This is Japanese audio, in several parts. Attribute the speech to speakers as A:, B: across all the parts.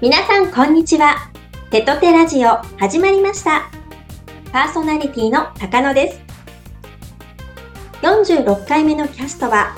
A: 皆さんこんにちはテトテラジオ始まりましたパーソナリティの高野です46回目のキャストは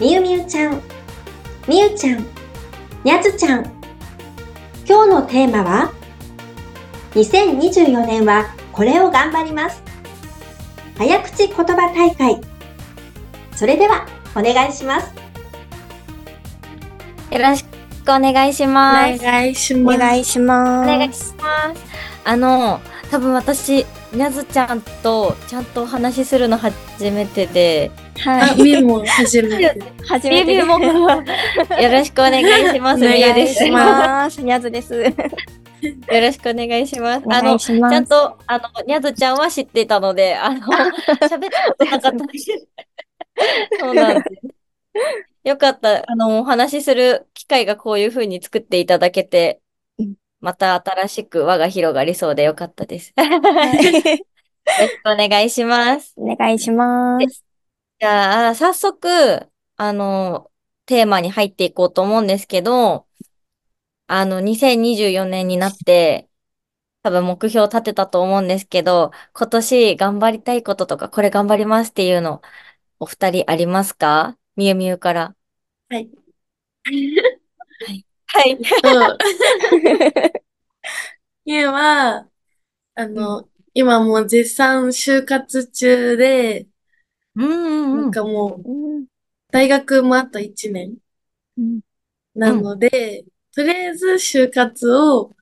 A: みゆみゆちゃんみゆちゃんにゃつちゃん今日のテーマは2024年はこれを頑張ります早口言葉大会それではお願いします
B: よろしくお願いし
C: お
B: ます。
C: 願いし
D: お
C: ます。
D: 願いしま
B: お
D: す。
B: 願いします。あの、多分私、にゃずちゃんとちゃんとお話しするの初めてで、
D: は
C: あ、
D: い。
C: みゆも初めて。
D: 初
B: レビューも よろし くお願いします。
C: お願い
B: みゆで
D: します。にゃ ずです。
B: よろしくお願いします。あ
D: お願
B: の、
D: い
B: ち
D: しま
B: ゃん
D: す。
B: と、あの、にゃずちゃんは知ってたので、 あの、喋ったことなかったです。そうなんです。よかった。あの、お話しする機会がこういう風に作っていただけて
D: うん、
B: また新しく輪が広がりそうでよかったです。 よろしくお願いします。
D: お願いします。
B: じゃあ、早速、あの、テーマに入っていこうと思うんですけど、あの、2024年になって、多分目標を立てたと思うんですけど、今年頑張りたいこととか、これ頑張りますっていうの、お二人ありますかみゆみゆから。
C: はい。
B: はい。
C: そう。みゆは、あの、今もう絶賛就活中で、
B: うんうん
C: な
B: うんん。
C: かもう、大学もあと1年
D: うん。
C: なので、とりあえず就活を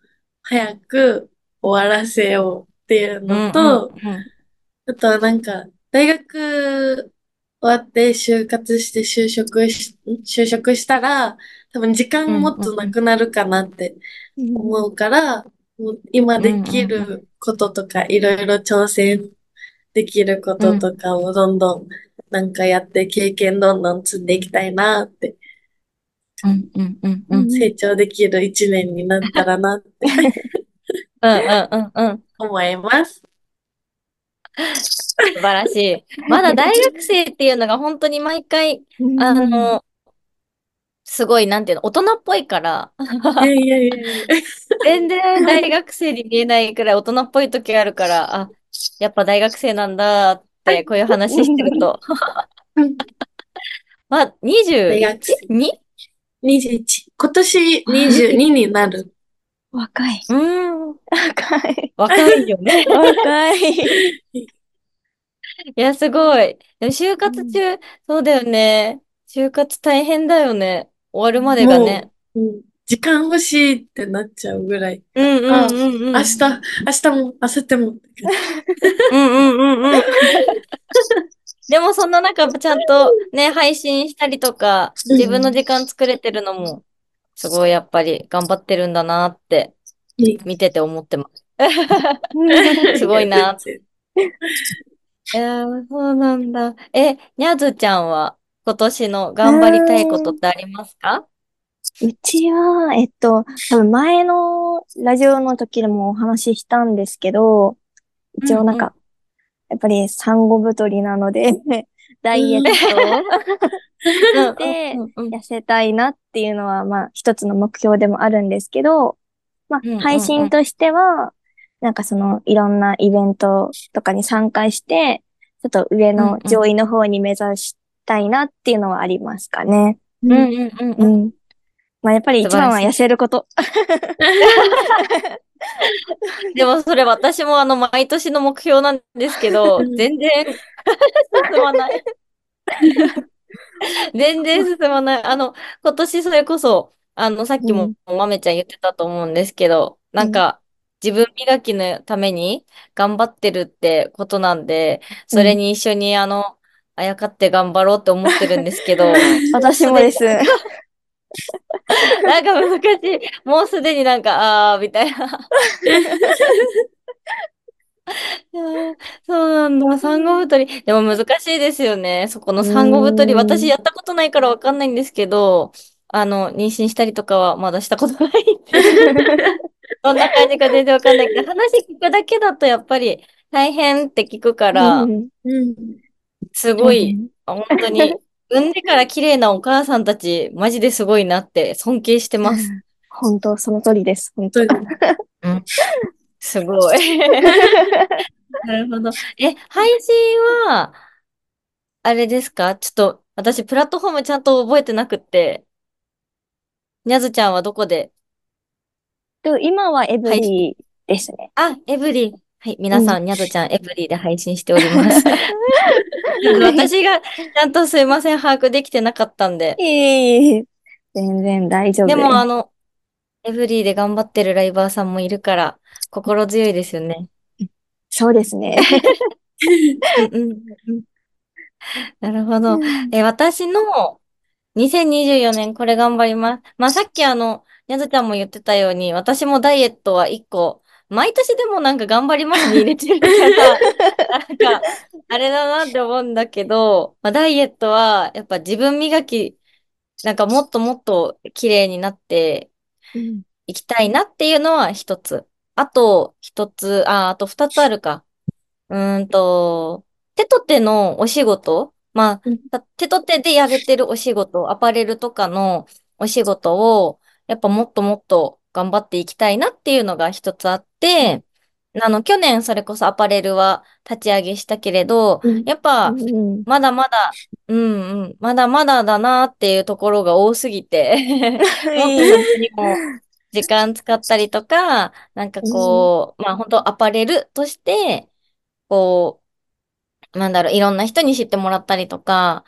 C: 早く終わらせようっていうのと、
B: うんうんうん
C: あとはなんか、大学終わって就活して就職し、就職したら、多分時間もっとなくなるかなって思うから、もう今でき
B: うんうん
C: ることとか、いろいろ挑戦できることとかをどんどんなんかやって経験どんどん積んでいきたいなって、
B: うんうんうんうん。うん
C: 成長できる一年になったらなって
B: うんうんうん。
C: 思います。
B: 素晴らしい。まだ大学生っていうのが本当に毎回、あの、すごい、なんていうの、大人っぽいから、
C: いやいやいやい や。
B: 全然大学生に見えないくらい大人っぽい時あるから、あ、やっぱ大学生なんだって、こういう話してると。まあ、
C: 大
B: 22?
C: 学生。21。今年22になる。
D: 若い。
B: うーん、
D: 若い。
B: 若いよ ね。
D: 若い。
B: いや、すごい。でも就活中、そうだよね。就活大変だよね。終わるまでがね。
C: うん時間欲しいってなっちゃうぐらい。
B: うんうん
C: あ
B: うんうん。
C: 明日、明日も、明後日も。
B: うんうんうんうん。でもそんな中、ちゃんとね、配信したりとか、
C: うん
B: 自分の時間作れてるのも、すごいやっぱり頑張ってるんだなって、見てて思ってます。 すごいな。いやーそうなんだ。え、にゃずちゃんは今年の頑張りたいことってありますか
D: うちは、えっと、多分前のラジオの時でもお話ししたんですけど、一応なんか、やっぱり産後太りなので、 ダイエットをして、
B: うんうん
D: 痩せたいなっていうのは、まあ、一つの目標でもあるんですけど、ま
B: うんうんうん
D: あ、配信としては、なんかその、いろんなイベントとかに参加して、ちょっと上
B: うん
D: の
B: うん
D: 上位の方に目指したいなっていうのはありますかね。
B: うんうんうん
D: う
B: うん。
D: ん。まあ、やっぱり一番は
B: 素晴らしい
D: 痩せ ること。
B: でもそれ私もあの、毎年の目標なんですけど
C: う、ん
B: 全然進ま ない。全然進まない。あの、今年それこそ、あの、さっきもまめちゃん言ってたと思うんですけど、なんか、自分磨きのために頑張ってるってことなんで、それに一緒にあの、あやかって頑張ろうって思ってるんですけど、
D: 私もです。
B: なんか難しい。もうすでになんか、あー、みたいな。いやーそうなんだ。産後太り。でも難しいですよね。そこの産後太り。
D: うーん
B: 私やったことないからわかんないんですけど、あの、妊娠したりとかはまだしたことないんで。どんな感じか全然わかんないけど、話聞くだけだとやっぱり大変って聞くから
D: う、ん
C: うん。
B: すごい、本当に産んでから綺麗なお母さんたち、マジですごいなって尊敬してます。
D: 本当、その通りです。本当。
C: そう
B: すご い。なるほど。え、配信は、あれですかちょっと、私、プラットフォームちゃんと覚えてなくって。にゃずちゃんはどこで
D: と今はエブリーですね。
B: あ、エブリー。はい、皆さん、にゃずちゃん、エブリーで配信しており ます。私が、ちゃんとすいません、把握できてなかったんで。
D: いえいえいえ全然大丈夫
B: でも、あ
D: す。
B: の、エブリーで頑張ってるライバーさんもいるから、心強いですよね。
D: そうですね。
B: うんうんうんなるほど。え、私の2024年これ頑張ります。まあ、さっきあの、やずちゃんも言ってたように、私もダイエットは一個、毎年でもなんか頑張りますに入れてるから、なんか、あれだなって思うんだけど、まあ、ダイエットはやっぱ自分磨き、なんかもっともっと綺麗になって
D: うん
B: いきたいなっていうのは一つ。あと、一つ、あ、あと二つあるか。うーんと、手と手のお仕事、ま
D: うん
B: あ、た手と手でやれてるお仕事、アパレルとかのお仕事を、やっぱもっともっと頑張っていきたいなっていうのが一つあって、あの、去年それこそアパレルは立ち上げしたけれど、
D: うん
B: やっぱ、
D: うん
B: まだまだ、うんうん、まだまだだなっていうところが多すぎて、もっとそっちにも時間使ったりとか、なんかこう、まあ本当アパレルとして、こう、なんだろう、いろんな人に知ってもらったりとか、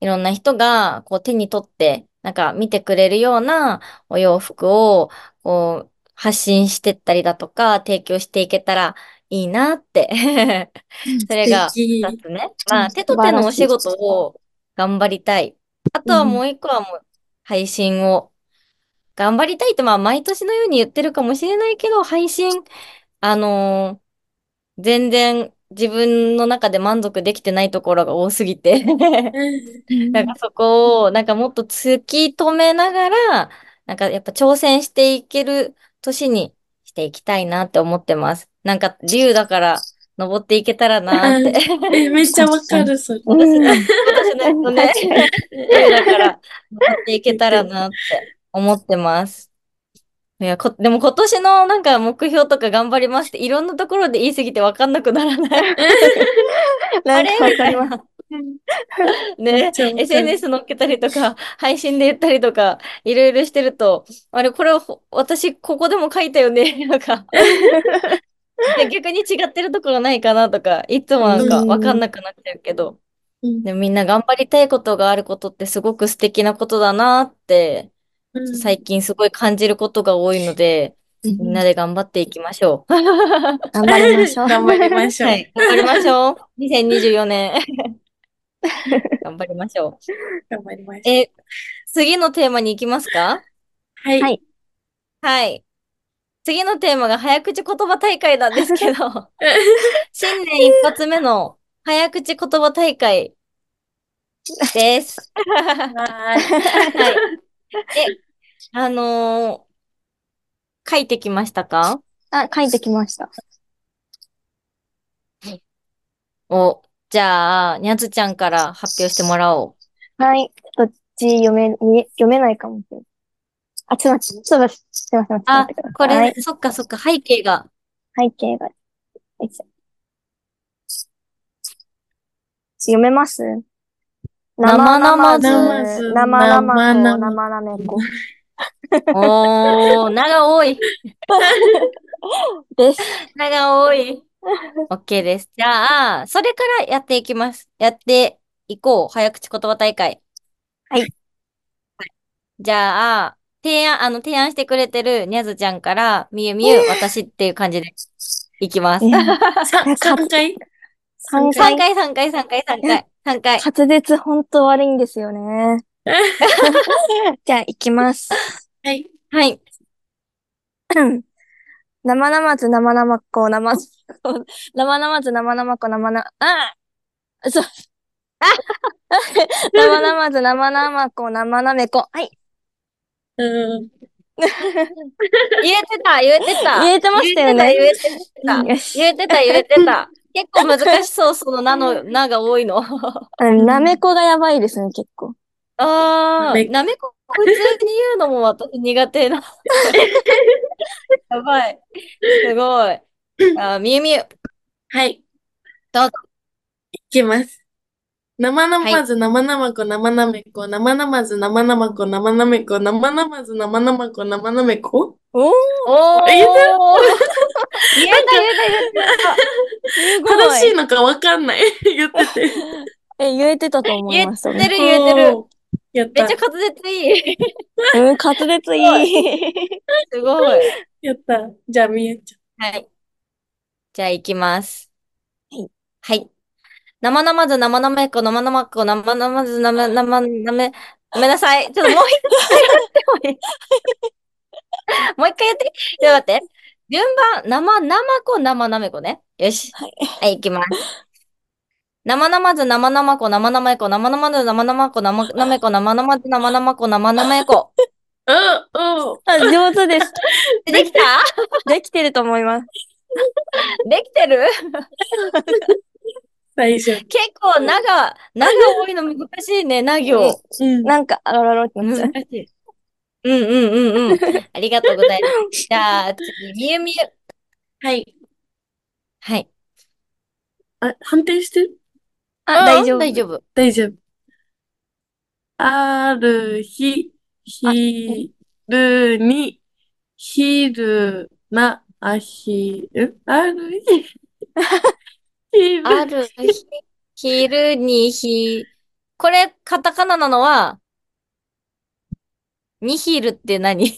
B: いろんな人がこう手に取って、なんか見てくれるようなお洋服を、こう、発信してったりだとか、提供していけたらいいなって。 それが
C: 素敵
B: 二つね。まあ、手と
D: 素
B: 手
D: 晴らしい
B: のお仕事を頑張りたい。あとはもう一個はもう配信を頑張りたいって、まあ、毎年のように言ってるかもしれないけど、配信、あのー全然自分の中で満足できてないところが多すぎ て。なんかそこを、なんかもっと突き止めながら、なんかやっぱ挑戦していける年にしていきたいなって思ってます。なんか竜だから登っていけたらな って。
C: え、めっちゃわかる、それ。
D: うん
B: 私のやつね、竜だから登っていけたらなって思ってます。いやこ、でも今年のなんか目標とか頑張りますっていろんなところで言い過ぎてわかんなくならない。
D: な
B: あ
D: ん
B: れ
D: か
B: み
D: わ
B: た
D: か
B: い
D: ります。
B: な。ね、
C: ちゃわかる
B: SNS 載っけたりとか、 配信で言ったりとか、いろいろしてると、あれ、これほ私、ここでも書いたよね、 とか。 で逆に違ってるところないかなとか、いつもなんかわかんなくなっちゃうけど、
C: うん
B: でみんな頑張りたいことがあることってすごく素敵なことだなって、最近すごい感じることが多いので、
D: うん
B: みんなで頑張っていきましょう。
D: 頑張りましょう。
C: 頑張りましょう
B: は。い、頑張りまし ょう。2024年。 頑張りましょう。
C: 頑張りましょう。
B: え、次のテーマに行きますか
C: はい。
D: はい
B: はい。次のテーマが早口言葉大会なんですけ ど、新年一発目の早口言葉大会です。
C: はい。
B: はい。え、あのー書いてきましたか
D: あ、書いてきました。
B: お、じゃあ、にゃつちゃんから発表してもらおう。
D: はい。どっち読め、見え読めないかもしれない。あ、ちょっと待って、ちょっと待って、ちょっと待って、ちょっと待ってください。
B: これ、
D: はい
B: そっかそっか、背景が。
D: 背景が。よいしょ読めます
B: 生々ず
D: 生々ず生々めこ
B: おー、長多い。
D: です。
B: 名が多 い。OK です。じゃあ、それからやっていきます。やっていこう。早口言葉大会。
D: はい
B: はい。じゃあ、提案、あの、提案してくれてるにゃずちゃんから、みゆみゆ、私っていう感じでいきます。
C: さ、3回
D: 三
B: 3
D: 回
B: 回、3回、3回、3回、3回。
D: 滑舌ほんと悪いんですよね。じゃあ、いきます。
C: はい。
B: はい。
D: 生々ず生々っこ生々っこ生々ず生々っこ生々ああそう。あ生々ず生々っこ生々めこ。はい。
C: う
B: 言
C: ん。
B: えてた、言えてた。
D: 言えてましたよね
B: 言えてた、言えてた。
D: よし。
B: 言えてた、言えてた。結構難しそう、そのなの、なが多いの。
D: うんなめこがやばいですね、結構。
B: あ
C: め
B: ー、なめこ、普通に言うのも私苦手な。 やばい。すご い。あー、みゆみゆ。
C: はい。
B: どうぞ
C: いきます。生々ず、生々子、生なめこ、生々ず、生々子、生なめこ、生々ず、生々子、生なめこ
B: おー。
C: 言え
B: 言え
C: た
B: た、言えた、言えた。
C: 正し
B: す
C: いのかわかんない。 言ってて。
D: え、言えてたと思います。
B: ごい。言えてる、言えてる。
C: おー。やっ
B: め
C: た。
B: っちゃ滑舌いい。
D: それうん、滑舌いい。
B: すごい。
C: やった。じゃあ、みゆち
B: はい。じゃあ、行きます。
D: はい。
B: はい。生々ず、生々っこ、生々っこ、生々ず、生々、なめ、ごめんなさい。ちょっともう一回やっ てもいいもう一回やって。ちょっと待って。順番、生々こ、生なめこね。よし。
D: はい
B: はい、行きます。生々ず、生々こ、生々こ、生々ず、生々こ、生なめこ、生々ず、生々こ、生なめこ。
C: ゃん。おお
D: あ、上手です。
B: で きた
D: できてると思います。
B: できてる
C: 最初。
B: 結構、なが、なが多いの難しいね、な行。
C: うん。
D: なんか、あらららってなっちゃ
B: 難
D: う。
B: しい。うんうんうんうん。ありがとうございます。じゃあ、次、みゆみゆ。
C: はい。
B: はい。
C: あ、反転してる
D: あ、
B: あ
D: 大丈夫。
B: 大丈夫。
C: 大丈夫。ある日、
B: あ
C: ひるに、ひるな、あひ、んある日、 ひ
B: あ
C: る、
B: る日、昼に日。これ、カタカナなのは、ニヒルって何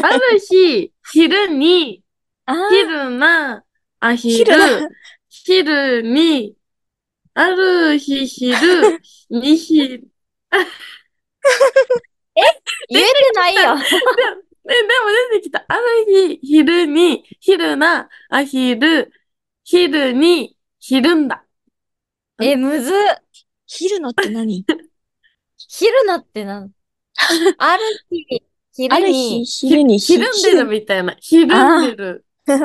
C: ある日、ひるに、
D: あー
C: ひるな、あひ
D: ひる
C: る、ひるに、ある日、ひる、にひる。
B: 言えてないよ。
C: え、でも出てきた。ある日、昼に、昼な、あひる、昼に、ひるんだ。
B: え、むずっ。
D: ヒルノって何
B: 昼なってな。ある日、
D: あ
B: 昼
D: る日、
B: に、
D: ヒルに、
C: ひるんでるみたいな。ひるんでる。
D: ヒル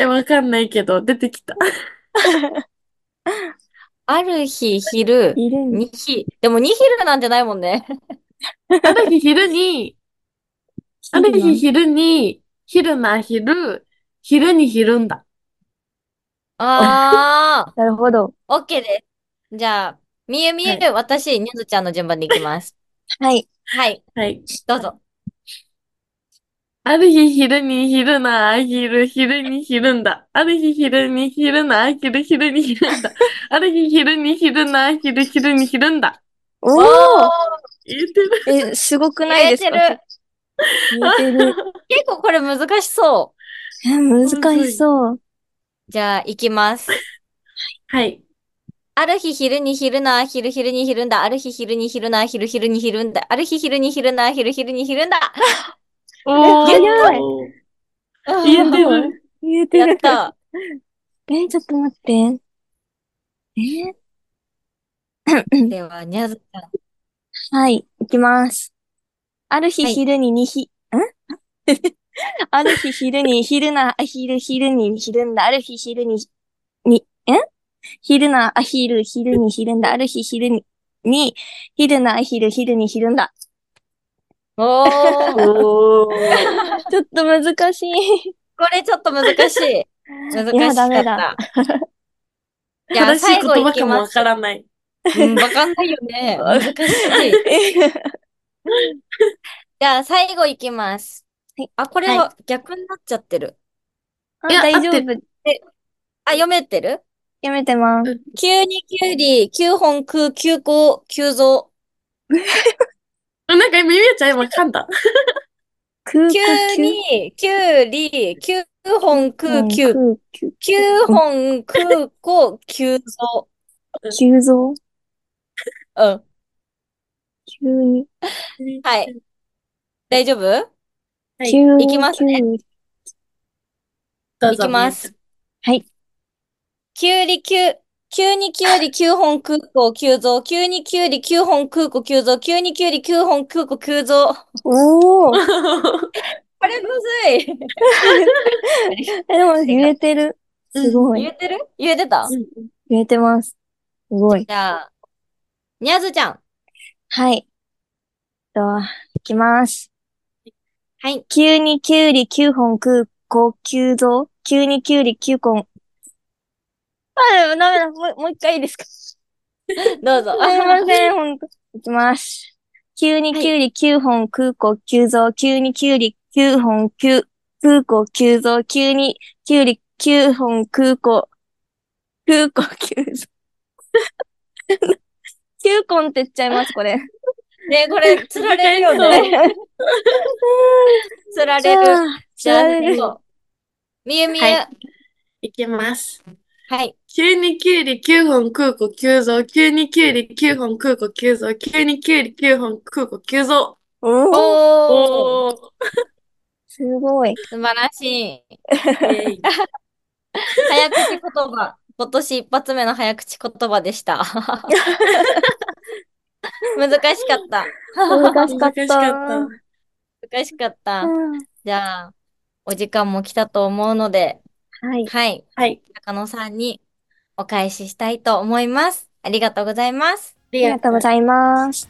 C: え、わかんないけど、出てきた。
B: ある日、昼、
D: ヒルに、
B: ニ ヒ。でも、ニヒルなんてないもんね。
C: ある日、昼に、ある日、昼に、昼な、ひる、昼にひるんだ。
B: ああ。
D: なるほど。
B: オッケーです。じゃあ、みゆみゆ、
C: は
B: 私、にゃずちゃんの順番でいき ます。
D: はい。
B: はい、
C: はい。
B: どうぞ。
C: ある日、昼に、昼な、あひる、昼にひるんだ。ある日、昼に、昼な、あひる、昼にひるんだ。ある日、昼に、昼な、あひる、昼にひるんだ。
D: お
B: お
D: ー
C: 言ってる。
D: え、すごくな
B: 言え
D: いです
B: て
D: か
B: る。
D: 言えてる。
B: 結構これ難しそ
D: え難しそう。
B: う。じゃあ、いきます。
C: はい。
B: ある日昼に昼な、昼昼に昼んだ。ある日昼に昼な、昼昼に昼んだ。ある日昼に昼な、昼昼に昼んだ。
C: お
D: え早い
C: 言えてる。
D: 言え て
B: やっ
D: る。
B: た。
D: え、ちょっと待って。え
B: では、にゃずちゃん。
D: はい、いきます。ある日
B: はい
D: 昼ににひ、ん ある日昼に昼な、あ昼昼に昼んだ。ある日昼に、に、ん昼な、あ昼昼に昼んだ。ある日昼に、に、昼な、あ昼昼に昼んだ。
B: おー。
C: おー。
D: ちょっと難しい。
B: これちょっと難しい。難
D: いや
B: しか
D: ダメ
B: っ
D: だ
B: た。じゃあ、
C: 正しい
B: 最後
C: 言
B: い
C: 葉
B: き
C: かも
B: ま
C: わ
B: す
C: か。らない。
B: うん、わかんないよね。難しい。じゃあ、最後いきます
D: はい。
B: あ、これは逆になっちゃってる。
D: あ
C: いや
D: 大丈夫。
C: 合って
D: 読
B: あ、読めてる
D: めてます。
B: 急にキュウリ、九本空、急行、急増。
C: なんか、みゆちゃん今噛んだ。
D: 空
B: 急に、キュウリ、九本空、急、
D: 急、
B: 九本空、行、急増。
D: 急増
B: うん。
D: 急に。
B: はい。大丈夫
C: はい
D: 急
B: いきますね
D: 急に
C: どう
B: い
C: ぞ
B: きます。
D: はい。
B: キュウリ、キュウ、急にキュウリ、九本空港、急増。急にキュウリ、九本空港、急増。急にキュウリ、九本空港、急増。
D: おー
B: これむずい。
D: えでも言えてる。すごい。
B: 言えてる言えてた
C: うん
D: 言えてます。すごい。
B: じゃあ、にゃずちゃん。
D: はい。えっと、いきます。
B: はい。
D: 急にキュウリ9本食う子急増急にキュウリ9本。あ、でもダメだ。もう、もう一回いい ですか
B: どうぞ。
D: すいません、ほんと。いきます。急にキュウリ9本空港急増、急にキュウリ9本急、空港急増、急にキュウリ9本空港、空港急 増。9本って言っちゃいます、これ。
B: ねこれ、つられるよ ね。つら
D: じ
B: れ
D: ゃ
B: る。
D: あ、
B: じゃあ、
D: 釣られる
B: みゆみゆ。
C: は
B: はい
C: いきます。
B: い。
C: 急にキュウリ9本食う子急増。急にキュウリ9本食う子急増。急にキュウリ9本食う子急増。
D: おー
B: おー。
C: おー。
D: すごい。
B: 素晴らしい。
C: イェイ
B: 早口言葉。今年一発目の早口言葉でした。 難しかった。
D: 難しかっ
C: 難しかったた。。
B: 難しかった。
D: うん
B: じゃあ、お時間も来たと思うので、
D: はい。
B: はい。
C: はい。
B: 中野さんにお返ししたいと思います。ありがとうございます。
C: あり
D: ありがとうございます。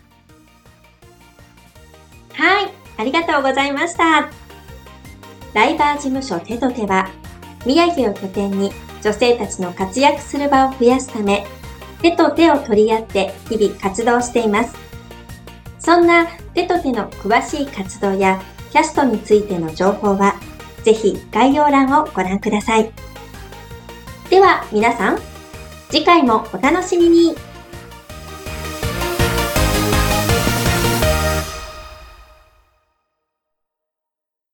A: はい、ありがとうございました。ライバー事務所手と手は、宮城を拠点に女性たちの活躍する場を増やすため、手と手を取り合って日々活動しています。そんな手と手の詳しい活動やキャストについての情報は、ぜひ概要欄をご覧ください。では皆さん、次回もお楽しみに